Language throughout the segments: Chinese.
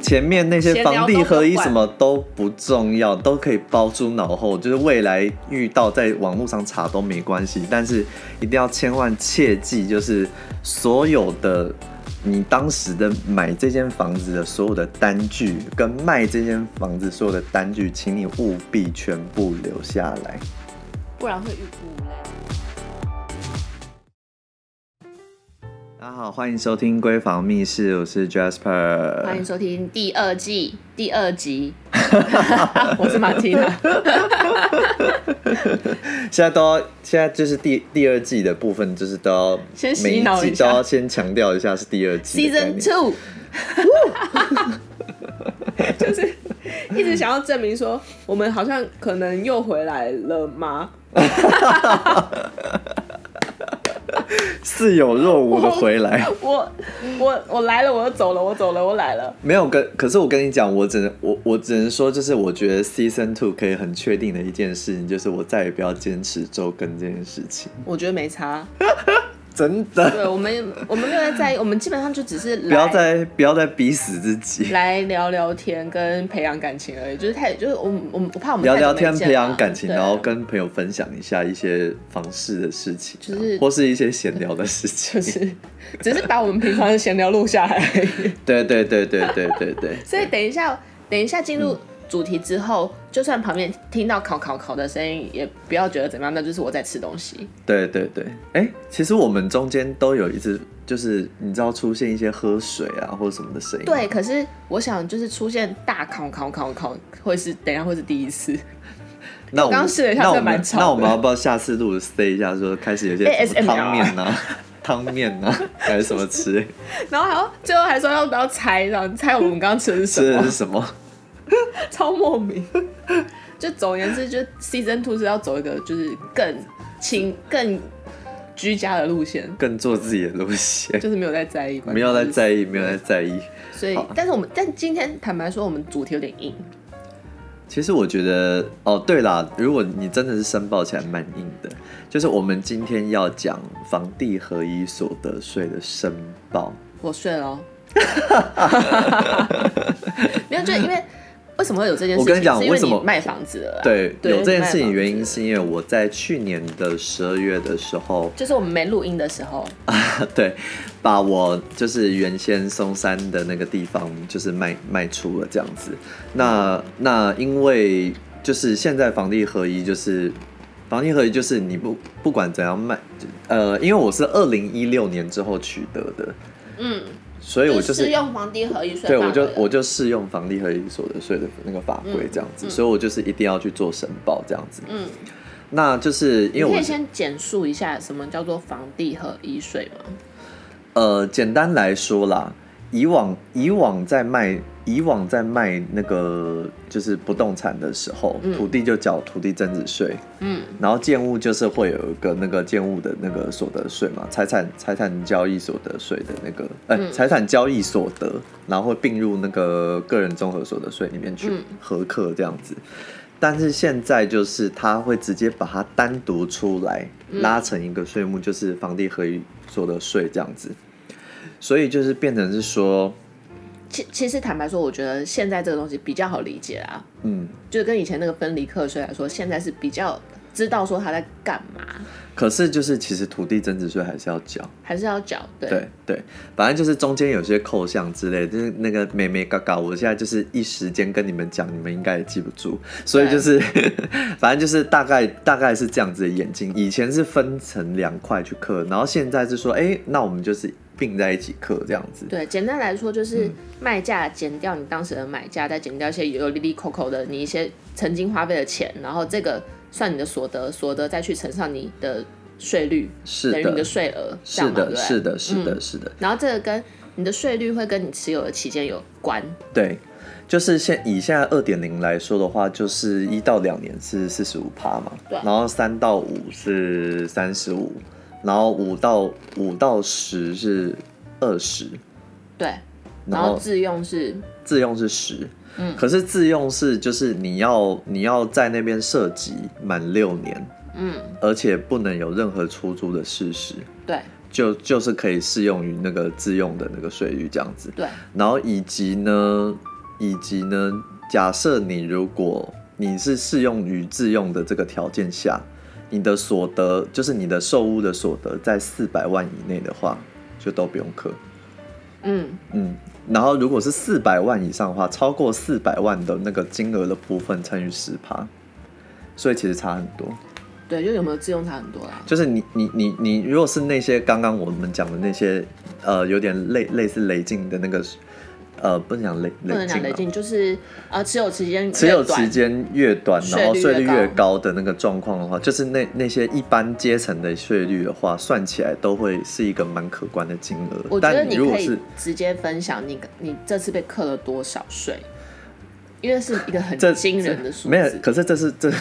前面那些闲聊房地都不合一管什么都不重要，都可以包诸脑后，就是未来遇到在网络上查都没关系，但是一定要千万切记，就是所有的你当时的买这间房子的所有的单据跟卖这间房子所有的单据，请你务必全部留下来。不然会预估嘞。大家好，欢迎收听《闺房密室》，我是 Jasper，欢迎收听第二季第二 集，我是马蒂娜。现在都要，现在就是第第二季的部分，就是都要先洗每一脑集一下都要先强调一下是第二季的概 Season 念。 Two，就是一直想要证明说，我们好像可能又回来了吗？似有若无的回来， 我我我来了，我又走了，我走了，我来了。没有跟，可是我跟你讲，我只能我我只能说，就是我觉得 Season Two 可以很确定的一件事情，就是我再也不要坚持周更这件事情，我觉得没差，真的对我们我们没有在在意，我们基本上就只是来不要再不要再逼死自己，来聊聊天跟培养感情而已，就是太就是我们我们我怕我们聊太久聊没天，见培养了感情，对然后跟朋友分享一下一些房事的事情啊，就是或是一些闲聊的事情，就是只是把我们平常的闲聊录下来而已。对对对对对对对。 所以等一下，等一下进入主题之后，就算旁边听到烤烤烤的声音，也不要觉得怎么样，那就是我在吃东西。对对对，哎、其实我们中间都有一直就是你知道出现一些喝水啊或者什么的声音，对，，可是我想就是出现大烤烤烤烤，会是等一下会是第一次。 那我们刚刚试了一下那我真的们蛮吵的那我们要不要下次录 stay 一下，说开始有 一些什 ASMR 么汤面啊、汤面啊还是什么吃然后还要最后还说要不要猜，然后猜我们刚刚吃的是什吃的么是，什么？超莫名。 就总而言之，就是 season two 是要走一个就是更轻、更居家的路线更做自己的路线，就是没有在在意，没有在在意，没有在在意。所以好，但是我们但今天坦白说，我们主题有点硬，其实我觉得，哦，对啦，如果你真的是申报起来蛮硬的，就是我们今天要讲房地合一所得税的申报。我睡了、哦。 没有，就因为为什么会有这件事情？我跟你讲是因为为什么你卖房子了啦？啊对，对有这件事卖房情子原因是因为我在去年的十二月的时候，就是我们没录音的时候，对，把我就是原先松山的那个地方就是卖卖出了这样子。那那因为就是现在房地合一就是。房地合一就是你不不管怎样卖，呃，因为我是二零一六年之后取得的，嗯，所以我就是是用房地合一税啊对，法我就的我就适用房地合一所得税的那个法规这样子，嗯嗯所以我就是一定要去做申报这样子。嗯，那就是因为你可我以是先简述一下什么叫做房地合一税吗？呃，简单来说啦，以往以往在卖以往在卖那个就是不动产的时候，嗯土地就缴土地增值税，嗯，然后建物就是会有一个那个建物的那个所得税嘛，财产财产交易所得税的那个，哎、嗯财产交易所得，然后会并入那个个人综合所得税里面去嗯合课这样子。但是现在就是它会直接把它单独出来，嗯拉成一个税目，就是房地合一所得税这样子。所以就是变成是说，其其实坦白说，我觉得现在这个东西比较好理解啊，嗯，就跟以前那个分离课税来说，现在是比较知道说他在干嘛，可是就是其实土地增值税还是要缴。还是要缴。对，对对，反正就是中间有些扣项之类，就是那个美美嘎嘎，我现在就是一时间跟你们讲，你们应该也记不住，所以就是 反正就是大概大概是这样子的眼睛。以前是分成两块去刻，然后现在是说，哎、那我们就是并在一起刻这样子。对简单来说就是嗯卖价减掉你当时的买价，再减掉一些有利利扣扣的你一些曾经花费的钱，然后这个算你的所得，所得再去乘上你的税率，是等于你的的，税额，这是样嘛对不的，对是的，是的，嗯是的。然后这个跟你的税率会跟你持有的期间有关，对，就是现以现在二点零来说的话，就是一到两年是四十五趴嘛，对然后三到五是三十五，然后五到五到十是二十，对。然然后后自用是自用是十。嗯可是自用是就是你要你要在那边涉及满六年，嗯，而且不能有任何出租的事实，对就就是可以适用于那个自用的那个税率这样子。对，然后以及呢，以及呢，假设你如果你是适用于自用的这个条件下，你的所得就是你的售屋的所得在四百万以内的话，就都不用课。嗯，嗯，然后如果是四百万以上的话，超过四百万的那个金额的部分乘以十趴，所以其实差很多。对，就有没有自用差很多啦。就是你你你你，如果是那些刚刚我们讲的那些，呃，有点类类似雷进的那个，呃，不能讲雷不能讲进累啊，进，就是呃持有时间持越有短时间越短，税率然后税率越越高的那个状况的话，就是那那些一般阶层的税率的话，算起来都会是一个蛮可观的金额。我觉得但你如果可以是直接分享你你这次被课了多少税，因为是一个很这惊人的数字。没有，可是这是这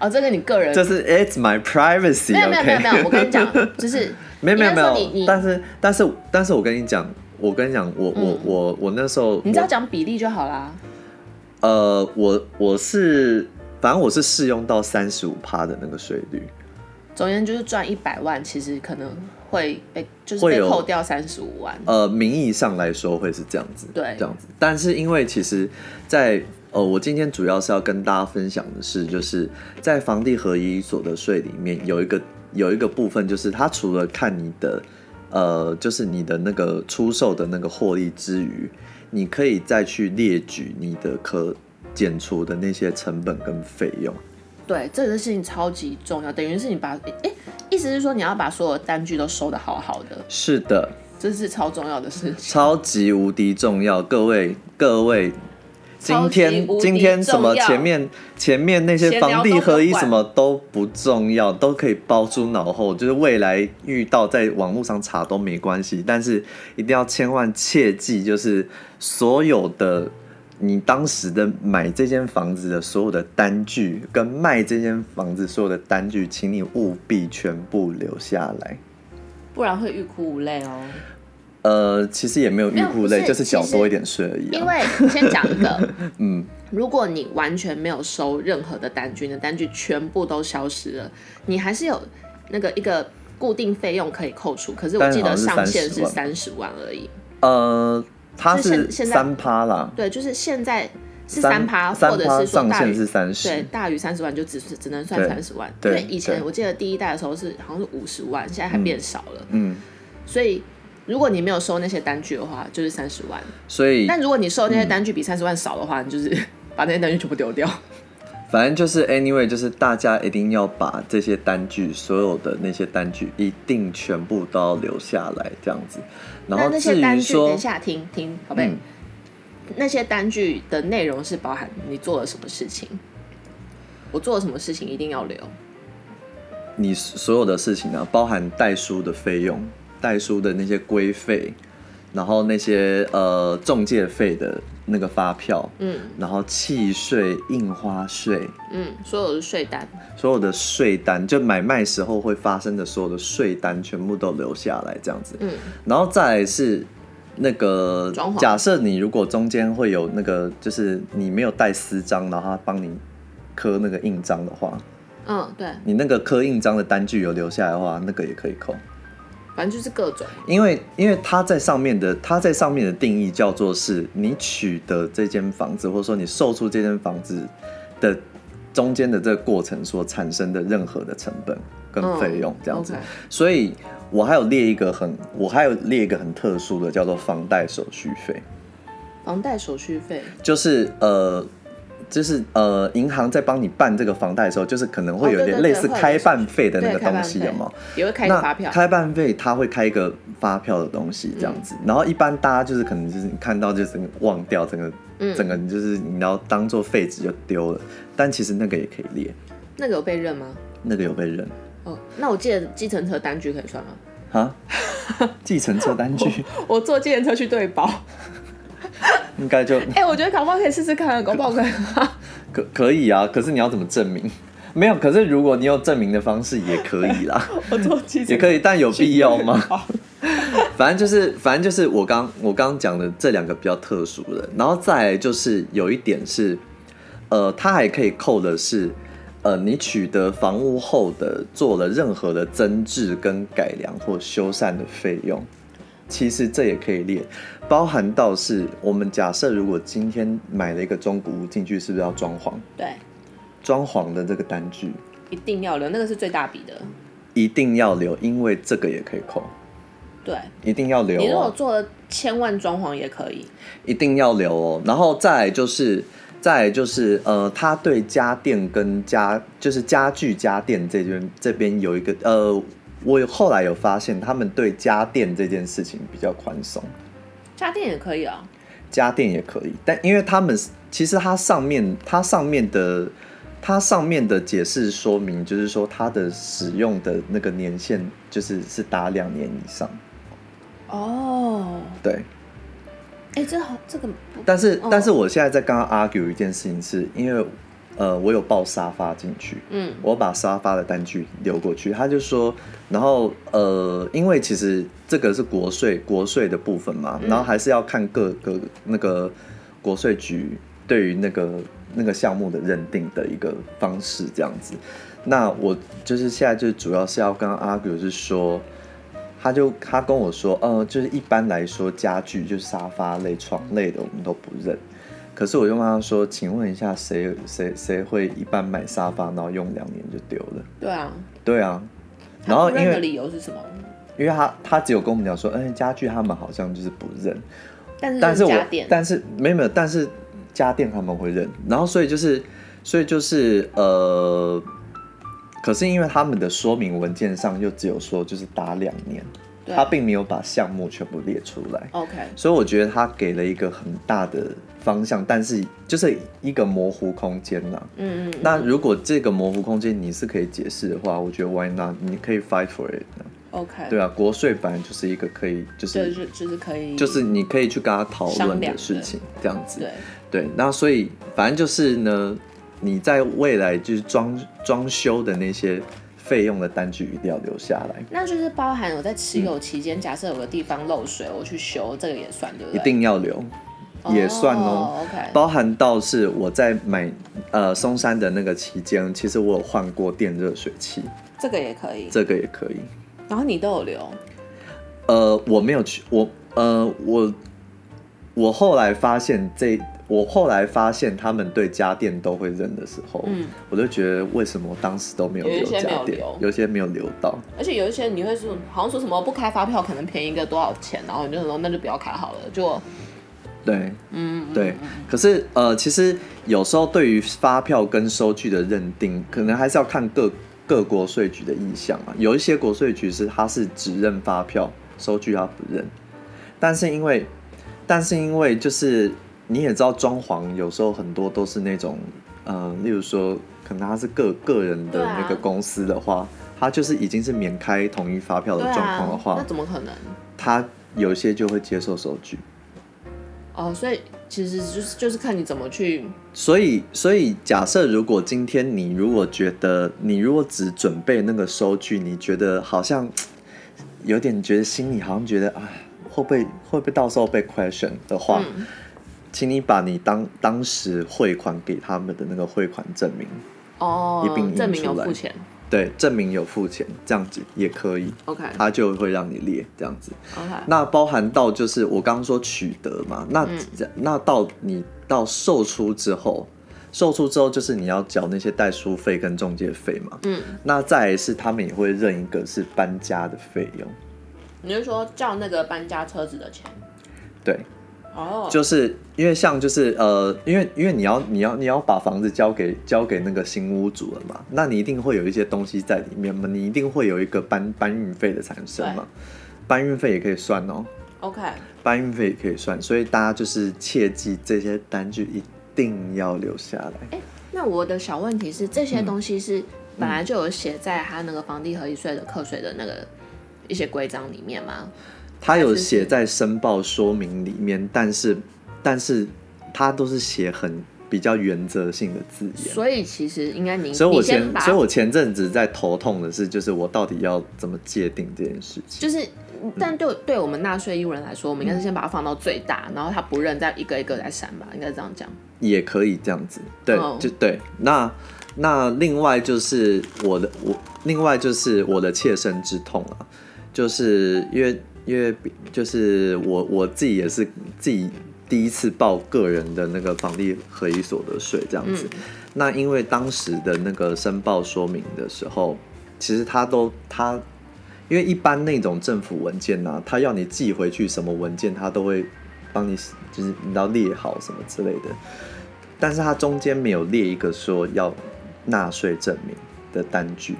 哦，这个你个人这是 it's my privacy，没有没有没有 OK 没有，我跟你讲， 就是没有没有没应该说你有你，但是但是但是我跟你讲，我跟你讲，我我我我那时候，嗯你只要讲比例就好啦。我呃，我我是反正我是适用到三十五趴的那个税率，总而言之，就是赚一百万，其实可能会被就是会被有扣掉三十五万。呃，名义上来说会是这样子，对这样子。但是因为其实在，呃，我今天主要是要跟大家分享的是，就是在房地合一所得税里面有一个有一个部分，就是它除了看你的呃，就是你的那个出售的那个获利之余，你可以再去列举你的可减除的那些成本跟费用。对，这个事情超级重要，等于是你把诶，意思是说你要把所有单据都收的好好的，是的，这是超重要的事情。超级无敌重要，各位各位，今超级天无敌今天什么重要前面前面那些闲聊房地合一都不管什么都不重要，都可以包出脑后，就是未来遇到在网络上查都没关系，但是一定要千万切记，就是所有的。你当时的买这间房子的所有的单据，跟卖这间房子所有的单据，请你务必全部留下来。不然会欲哭无泪哦。呃，其实也没有没预有估不类，是就是其缴实多一点税而已、啊。因为我先讲一个， 嗯，如果你完全没有收任何的单据，你的单据全部都消失了，你还是有那个一个固定费用可以扣除，可是我但记好得像是上限是30三十万而已。呃，它就是现现在三趴啦，对，就是现在是三趴，三或者趴是说上大限于是三对十，大于三十万就只是只能算对三十万，因对为以前对我记得第一代的时候是好像是五十万，现在还变少了，嗯，所以。如果你没有收那些单据的话，就是三十万；所以但如果你收嗯那些单据比三十万少的话，你就是 把那些单据全部丢掉。反正就是 anyway，就是大家一定要把这些单据，所有的那些单据一定全部都要留下来，这样子。然那后那至些单于据，等说一，下听听，宝贝，嗯，那些单据的内容是包含你做了什么事情，我做了什么事情一定要留。你所有的事情啊，包含代书的费用、代书的那些规费，然后那些呃中介费的那个发票，嗯然后契税、印花税，嗯，所有的税单，所有的税单，就买卖时候会发生的所有的税单，全部都留下来这样子。嗯，然后再来是那个装潢，假设你如果中间会有那个，就是你没有带私章，然后他帮你刻那个印章的话，嗯，对，你那个刻印章的单据有留下来的话，那个也可以扣，反正就是各种。因为因为它在上面的，它在上面的定义叫做是你取得这间房子，或者说你售出这间房子的。中间的这个过程所产生的任何的成本跟嗯费用，这样子， OK 所以我还有列一个很，我还有列一个很特殊的，叫做房贷手续费，房贷手续费，就是呃，就是呃，银行在帮你办这个房贷的时候，就是可能会哦有对点对类对似会有开一个办费的那对，个开东办西，费有吗？也会开一那个发票。开办费他会开一个发票的东西，这样子。嗯然后一般大家就是可能就是你看到就整个忘掉，整个、嗯整个你就是你要当做废纸就丢了。但其实那个也可以列，那个有被认吗？那个有被认哦，那我记得计程车单据可以算吗？ 啊。继承车单据我坐计程车去对保，应该就哎、我觉得搞不好可以试试看，搞不好可以。 可可以啊，可是你要怎么证明？没有，可是如果你有证明的方式也可以啦，我坐计也程车可以，但有必要吗？反正就是，反正就是我刚我刚讲的这两个比较特殊的，然后再来就是有一点是，呃，它还可以扣的是，呃，你取得房屋后的做了任何的增置跟改良或修缮的费用，其实这也可以列，包含到是我们假设如果今天买了一个中古屋进去，是不是要装潢？对，装潢的这个单据一定要留，那个是最大笔的。一定要留，因为这个也可以扣，对，一定要留、哦。你如果做了千万装潢也可以，一定要留哦。然后再来就是，再来就是，呃，他对家电跟家就是家具家电这边这边有一个，呃，我有后来有发现，他们对家电这件事情比较宽松，家电也可以啊、家电也可以，但因为他们其实它上面它上面的。它上面的解释说明就是说，它的使用的那个年限就是是达两年以上，哦，对。哎、这好，这个不但是哦，但是我现在在跟他 argue 一件事情是，因为呃，我有抱沙发进去，嗯，我把沙发的单据留过去，他就说，然后呃，因为其实这个是国税国税的部分嘛，然后还是要看各个那个国税局对于那个那个项目的认定的一个方式这样子。那我就是现在就是主要是要跟他 argue 是说。他就他跟我说，呃，就是一般来说家具就是沙发类、床类的我们都不认，可是我就问他说，请问一下谁谁谁会一般买沙发，然后用两年就丢了？对啊。对啊，然后他不因认的为理由是什么？因为他他只有跟我们讲说，嗯、家具他们好像就是不认，但是但是是我家电，但是没有没有，但是家电他们会认，然后所以就是所以就是呃，可是因为他们的说明文件上又只有说就是打两年，对他并没有把项目全部列出来， OK，所以我觉得他给了一个很大的方向，但是就是一个模糊空间啦、嗯嗯，那如果这个模糊空间你是可以解释的话，我觉得 why not？你可以 fight for it 啊。 OK，对啊，国税本来就是一个可以，就就是是就是可以，就是你可以去跟他讨论商量的的事情，这样子。对，对，那所以反正就是呢，你在未来就是装装修的那些费用的单据一定要留下来，那就是包含我在持嗯有期间，假设有个地方漏水，我去修，这个也算对不一对？定要留，也算哦。 OK，包含到是我在买呃松山的那个期间，其实我有换过电热水器，这个也可以。这个也可以。然后你都有留，呃，我没有去，我呃，我我后来发现这，我后来发现他们对家电都会认的时候，嗯我就觉得为什么我当时都没有有一留些没家有电留，有些没有留到，而且有一些你会说，好像说什么不开发票可能便宜一个多少钱，然后你就说那就不要开好了，就对嗯，对。可是呃，其实有时候对于发票跟收据的认定，可能还是要看各各国税局的意向啊。有一些国税局是它是只认发票，收据它不认，但是因为但是因为就是你也知道，装潢有时候很多都是那种，呃，例如说，可能他是个个人的对啊那个公司的话，它就是已经是免开统一发票的对状况的啊，话那，怎么可能？它有些就会接受收据。哦，所以其实就是就是看你怎么去，所以，所以假设如果今天你如果觉得你如果只准备那个收据，你觉得好像有点觉得心里好像觉得啊，会不会会不会到时候被 question 的话，嗯请你把你当当时汇款给他们的那个汇款证明，哦一并印，证明有出来付钱对，证明有付钱，这样子也可以， ，OK 他就会让你列这样子。 OK，那包含到就是我刚刚说取得嘛，那、嗯那到你到售出之后，售出之后就是你要缴那些代书费跟中介费嘛。嗯，那再来是他们也会认一个是搬家的费用，你就说叫那个搬家车子的钱，对，哦，就是因为像就是呃，因为因为你要你要你要把房子交给交给那个新屋主了嘛，那你一定会有一些东西在里面嘛，你一定会有一个搬搬运费的产生嘛，搬运费也可以算哦。 OK，搬运费也可以算，所以大家就是切记这些单据一定要留下哎来。那我的小问题是，这些东西是本来就有写在他那个房地合一税的课税的那个一些规章里面吗？它有写在申报说明里面，但是但是它都是写很比较原则性的字眼。所以其实应该您，所以我你先前把，所以我前阵子在头痛的是，就是我到底要怎么界定这件事情？就是，嗯但对对我们纳税义务人来说，我们应该是先把它放到最大，然后他不认，再一个一个来删吧，应该这样讲。也可以这样子，对，哦就对。那那另外就是我的我，另外就是我的切身之痛啊，就是因为因为就是我我自己也是自己第一次报个人的那个房地合一所得税这样子。那因为当时的那个申报说明的时候，其实他都他，因为一般那种政府文件呐、他要你寄回去什么文件，他都会帮你就是你知道列好什么之类的，但是他中间没有列一个说要纳税证明的单据。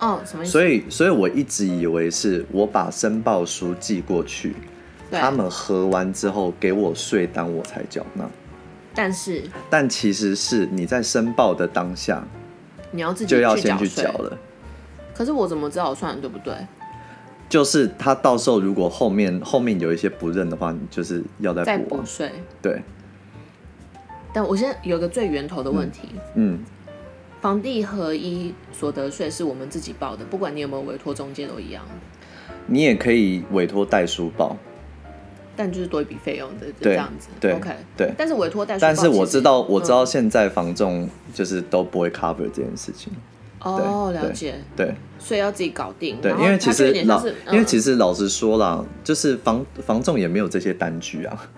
哦，什么意思？所以，所以我一直以为是我把申报书寄过去，对他们核完之后给我税单，我才缴纳。但是但其实是你在申报的当下你要自己就要先去去税缴。了，呃可是我怎么知道我算的对不对？就是他到时候如果后面后面有一些不认的话，你就是要再再补啊。补税。对，但我现在有个最源头的问题，嗯，房地合一所得税是我们自己报的，不管你有没有委托中介都一样，你也可以委托代书报，但就是多一笔费用的对这样子。对 o k 对但是委托代书报但其是实，我知道，我知道嗯现在房仲就是都不会 cover 这件事情。哦，对了解，对，所以要自己搞定。对，然因后为其它就有实点像老是，，嗯因为其实实老实说啦，就是房房仲也没有这些单据啊，嗯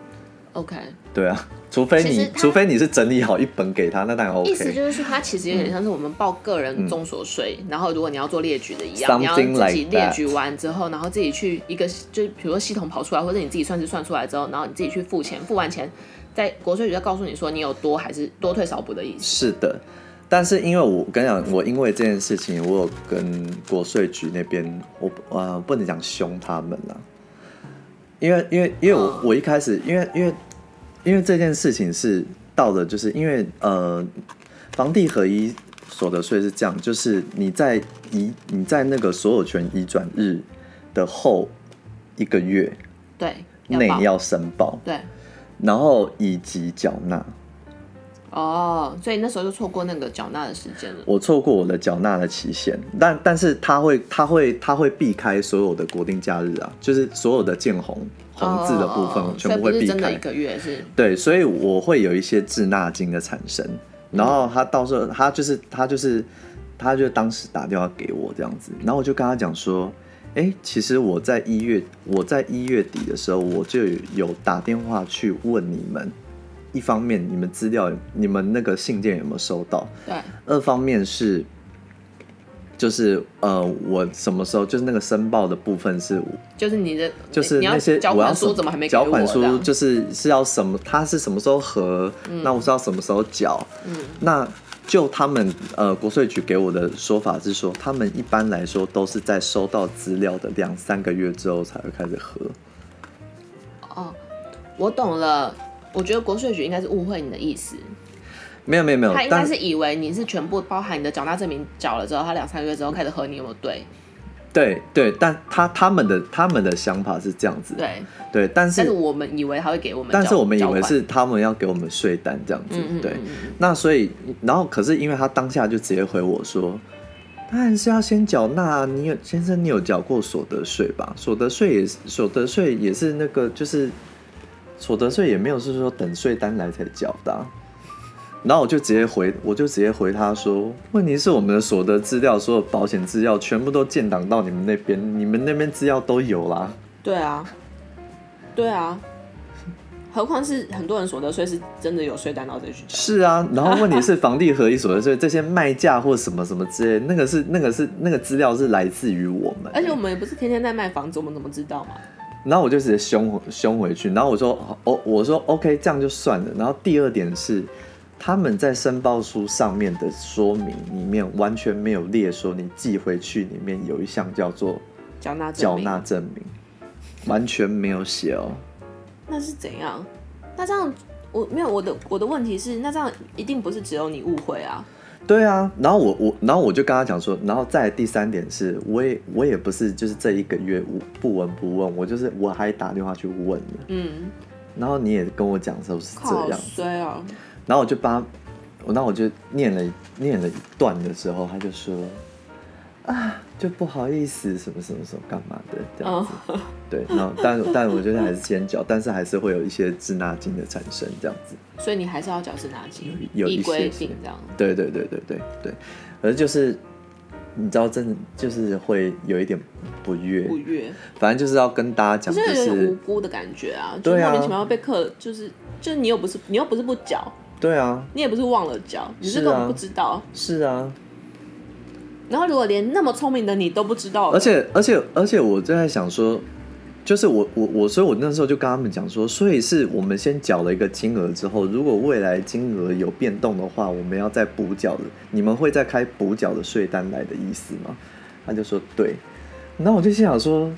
OK，对啊，除非其实你他除非你是整理好一本给他，那当然意思 OK。嗯就是说，它其实有点像是我们报个人综所税，然后如果你要做列举的一样，你要 Something 自己 like 列 that 举完之后，然后自己去一个就是比如说系统跑出来，或者你自己算是算出来之后，然后你自己去付钱，付完钱，在国税局再告诉你说你有多还是多退少补的意思。是的，但是因为我跟你讲，我因为这件事情，我有跟国税局那边，我呃不能讲凶他们啦，因为因为因为我、嗯我一开始因为因为因为这件事情是到的，就是因为呃房地合一所得税是这样，就是你在移你在那个所有权移转日的后一个月对，嗯内报要申报，对然后以及缴纳。哦，所以那时候就错过那个缴纳的时间了。我错过我的缴纳的期限，但但是他会他会他会避开所有的国定假日啊，就是所有的见红红字的部分、哦全部会所以不是避真的一开。个月是对，所以我会有一些滞纳金的产生，嗯然后他到时候他就是他就是他就当时打电话给我这样子，然后我就跟他讲说，哎、其实我在一月我在一月底的时候我就有打电话去问你们，一方面你们资料你们那个信件有没有收到，对二方面是，就是呃，我什么时候就是那个申报的部分是，就是你的，就是你要那些缴我要款什书怎么还没给缴我？款这书样就是是要什么，他是什么时候核，那我是要什么时候缴？嗯那就他们呃国税局给我的说法是说，他们一般来说都是在收到资料的两三个月之后才会开始核。哦，我懂了。我觉得国税局应该是误会你的意思，没有没有没有他，应该但是以为你是全部包含你的缴纳证明缴了之后，他两三个月之后开始核你有没有对对对，但他他们的他们的想法是这样子，对，对，但是但是我们以为他会给我们缴，但是我们以缴为款是他们要给我们税单这样子，嗯嗯对嗯。嗯那所以，然后可是因为他当下就直接回我说，当然是要先缴纳啊。你有先生，你有缴过所得税吧？所得税也是所得税也是那个就是所得税也没有是说等税单来才缴的啊、然后我就直接回，我就直接回他说，问题是我们的所得资料、所有保险资料全部都建档到你们那边，你们那边资料都有啦。对啊，对啊，何况是很多人所得税是真的有税单到这去缴，是啊，然后问题是房地合一所得税这些卖价或什么什么之类，那个是那个是那个资料是来自于我们，而且我们也不是天天在卖房子，我们怎么知道嘛？然后我就直接凶回凶回去，然后我说哦，我说 OK，这样就算了。然后第二点是，他们在申报书上面的说明里面完全没有列说你寄回去里面有一项叫做缴纳证缴明纳证明，完全没有写哦。那是怎样？那这样我没有我的我的问题是，那这样一定不是只有你误会啊？对啊，然后我我然后我就跟他讲说，然后再来第三点是，我也我也不是就是这一个月我不闻不问，我就是我还打电话去问你，嗯，然后你也跟我讲说是这靠样，衰啊！然后我就帮他，我那我就念了念了一段的时候，他就说啊就不好意思什么什么什么干嘛的这样嗯子，对，然后但但我觉得还是先缴，但是还是会有一些滞纳金的产生这样子。所以你还是要缴滞纳金，有一依规些是定这样。对对对对对对，而就是你知道，真的就是会有一点不悦，不悦，反正就是要跟大家讲，就就是有点无是辜的感觉啊，就对啊莫名其妙被克，就是就是你又不是你又不是不缴，对啊，你也不是忘了缴，你是是啊根本不知道。是啊，然后如果连那么聪明的你都不知道，而且而且而且我就在想说，就是我我我，所以我那时候就跟他们讲说，所以是我们先缴了一个金额之后，如果未来金额有变动的话，我们要再补缴的，你们会再开补缴的税单来的意思吗？他就说对，然后我就心想说，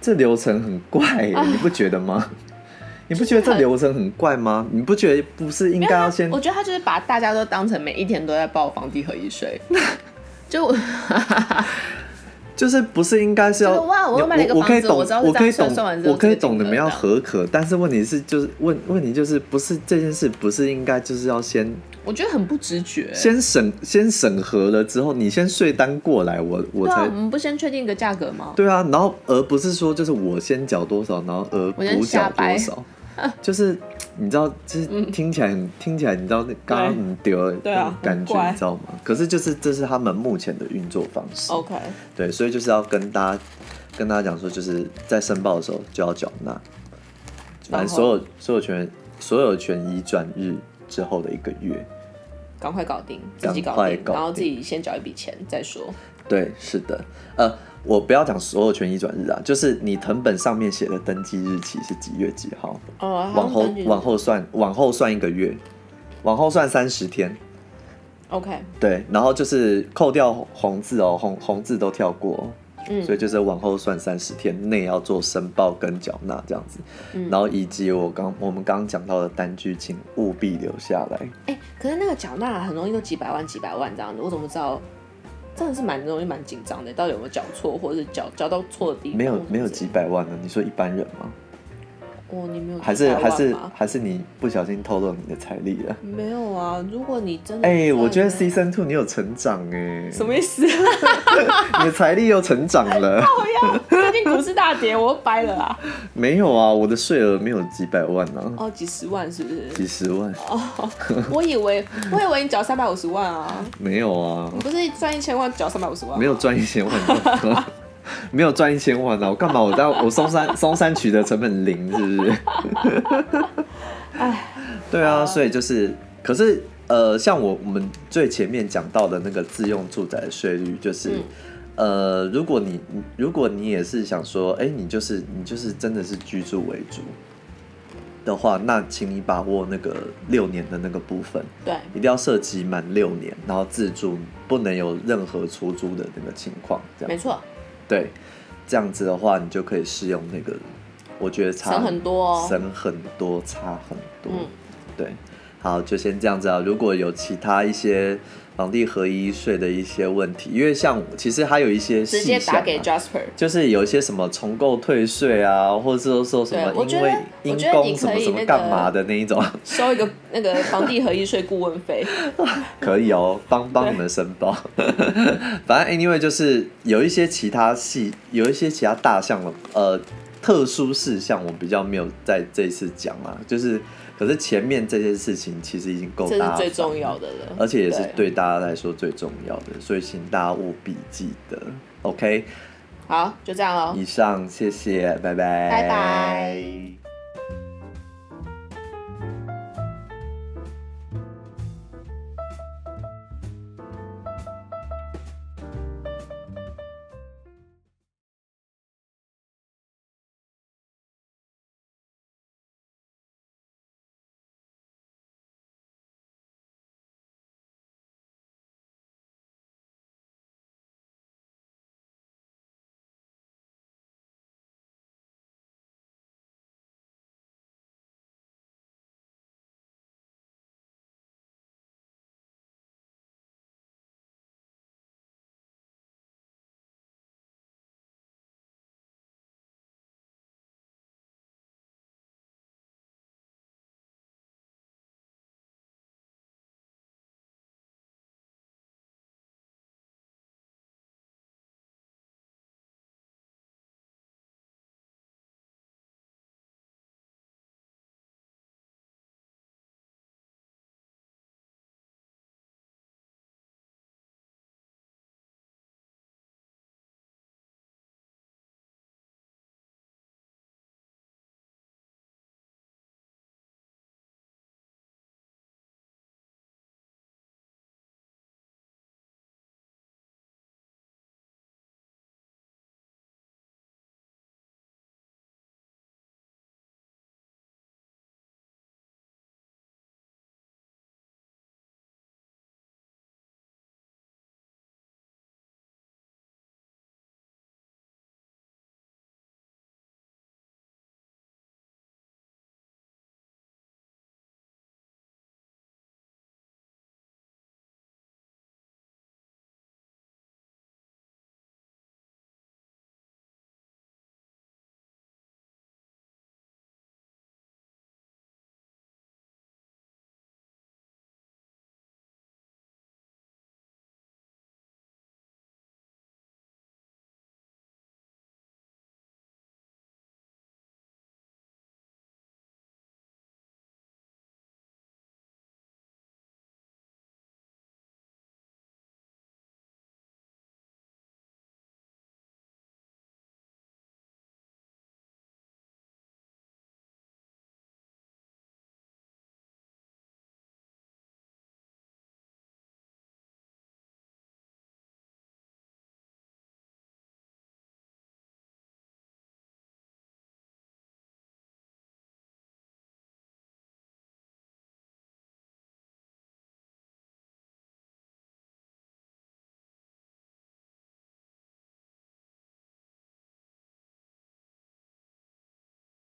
这流程很怪、欸 你不觉得吗？ 你不觉得这流程很怪吗？你不觉得不是应没有该要他先我觉得他就是把大家都当成每一天都在报房地合 一税， 就我就是不是应该是要就是哇我又买了一个我可以房子懂，我知道是这样可以算懂，算完之后我可以懂你这个金额们要这样合可，但是问题是就是问问题就是不是这件事不是应该就是要先我觉得很不直觉。先审先审核了之后，你先税单过来，我我对啊，才我们不先确定一个价格吗？对啊，然后而不是说就是我先缴多少，然后而我先补瞎缴掰多少， 就是你知道，就是听起来 很、听起来，你知道那刚刚很丢的对啊那种感很觉，怪你知道吗？可是就是这是他们目前的运作方式。 OK，对，所以就是要跟大家跟大家讲说，就是在申报的时候就要缴纳，反正所有所有权所有权移转日之后的一个月。赶快搞定，自己搞赶快定，搞然后自定己先缴一笔钱再说。对，是的，呃，我不要讲所有权移转日啊，就是你藤本上面写的登记日期是几月几号，哦，往好后像往后算往后算一个月，往后算三十天。 OK，对，然后就是扣掉红字哦，红红字都跳过哦、嗯所以就是往后算三十天内要做申报跟缴纳这样子，嗯然后以及我刚我们刚刚讲到的单据，请务必留下来。哎、可是那个缴纳很容易都几百万、几百万这样子，我怎么知道？真的是蛮容易蛮紧张的，到底有没有缴错，或者是缴缴到错的地方？或没有者是没有几百万呢？你说一般人吗？哦，你没有还是几百万还是吗还是你不小心透露你的财力了？没有啊？如果你真的哎、我觉得赚了 season two 你有成长哎、嗯 什么意思？你的财力又成长了？ 最近股市大跌，我又掰了啊！没有啊，我的税额没有几百万啊，哦，几十万是不是？几十万我以为我以为你缴三百五十万啊，没有啊。你不是赚一千万缴三百五啊十万吗？没有赚一千万， 没有赚一千万啊呢、我干嘛？我在我松山松山取得成本零，是不是？ 对啊，所以就是，可是呃，像我我们最前面讲到的那个自用住宅的税率，就是。呃，如果你如果你也是想说，哎、你就是你就是真的是居住为主的话，那请你把握那个六年的那个部分，对，一定要涉及满六年，然后自住，不能有任何出租的那个情况，这没样错，对，这样子的话，你就可以适用那个，我觉得差省很多哦。省很多，差很多，嗯对，好，就先这样子啊。如果有其他一些房地合一税的一些问题，因为像其实还有一些直细接项、打啊，给 Jasper。就是有一些什么重购退税啊，或者说说什对么我觉得因为因我觉得你公什可么以什那么个干嘛的那一种，收一个那个房地合一税顾问费，可以哦，帮帮你们申报。 反正 anyway 就是有一些其他细，有一些其他大项的呃特殊事项，我比较没有在这一次讲啊。就是可是前面这些事情其实已经够这大家是最重烦要了，的了，而且也是对大家来说最重要的，所以请大家务必记得。OK，好，就这样喽。以上谢谢，拜拜，拜拜。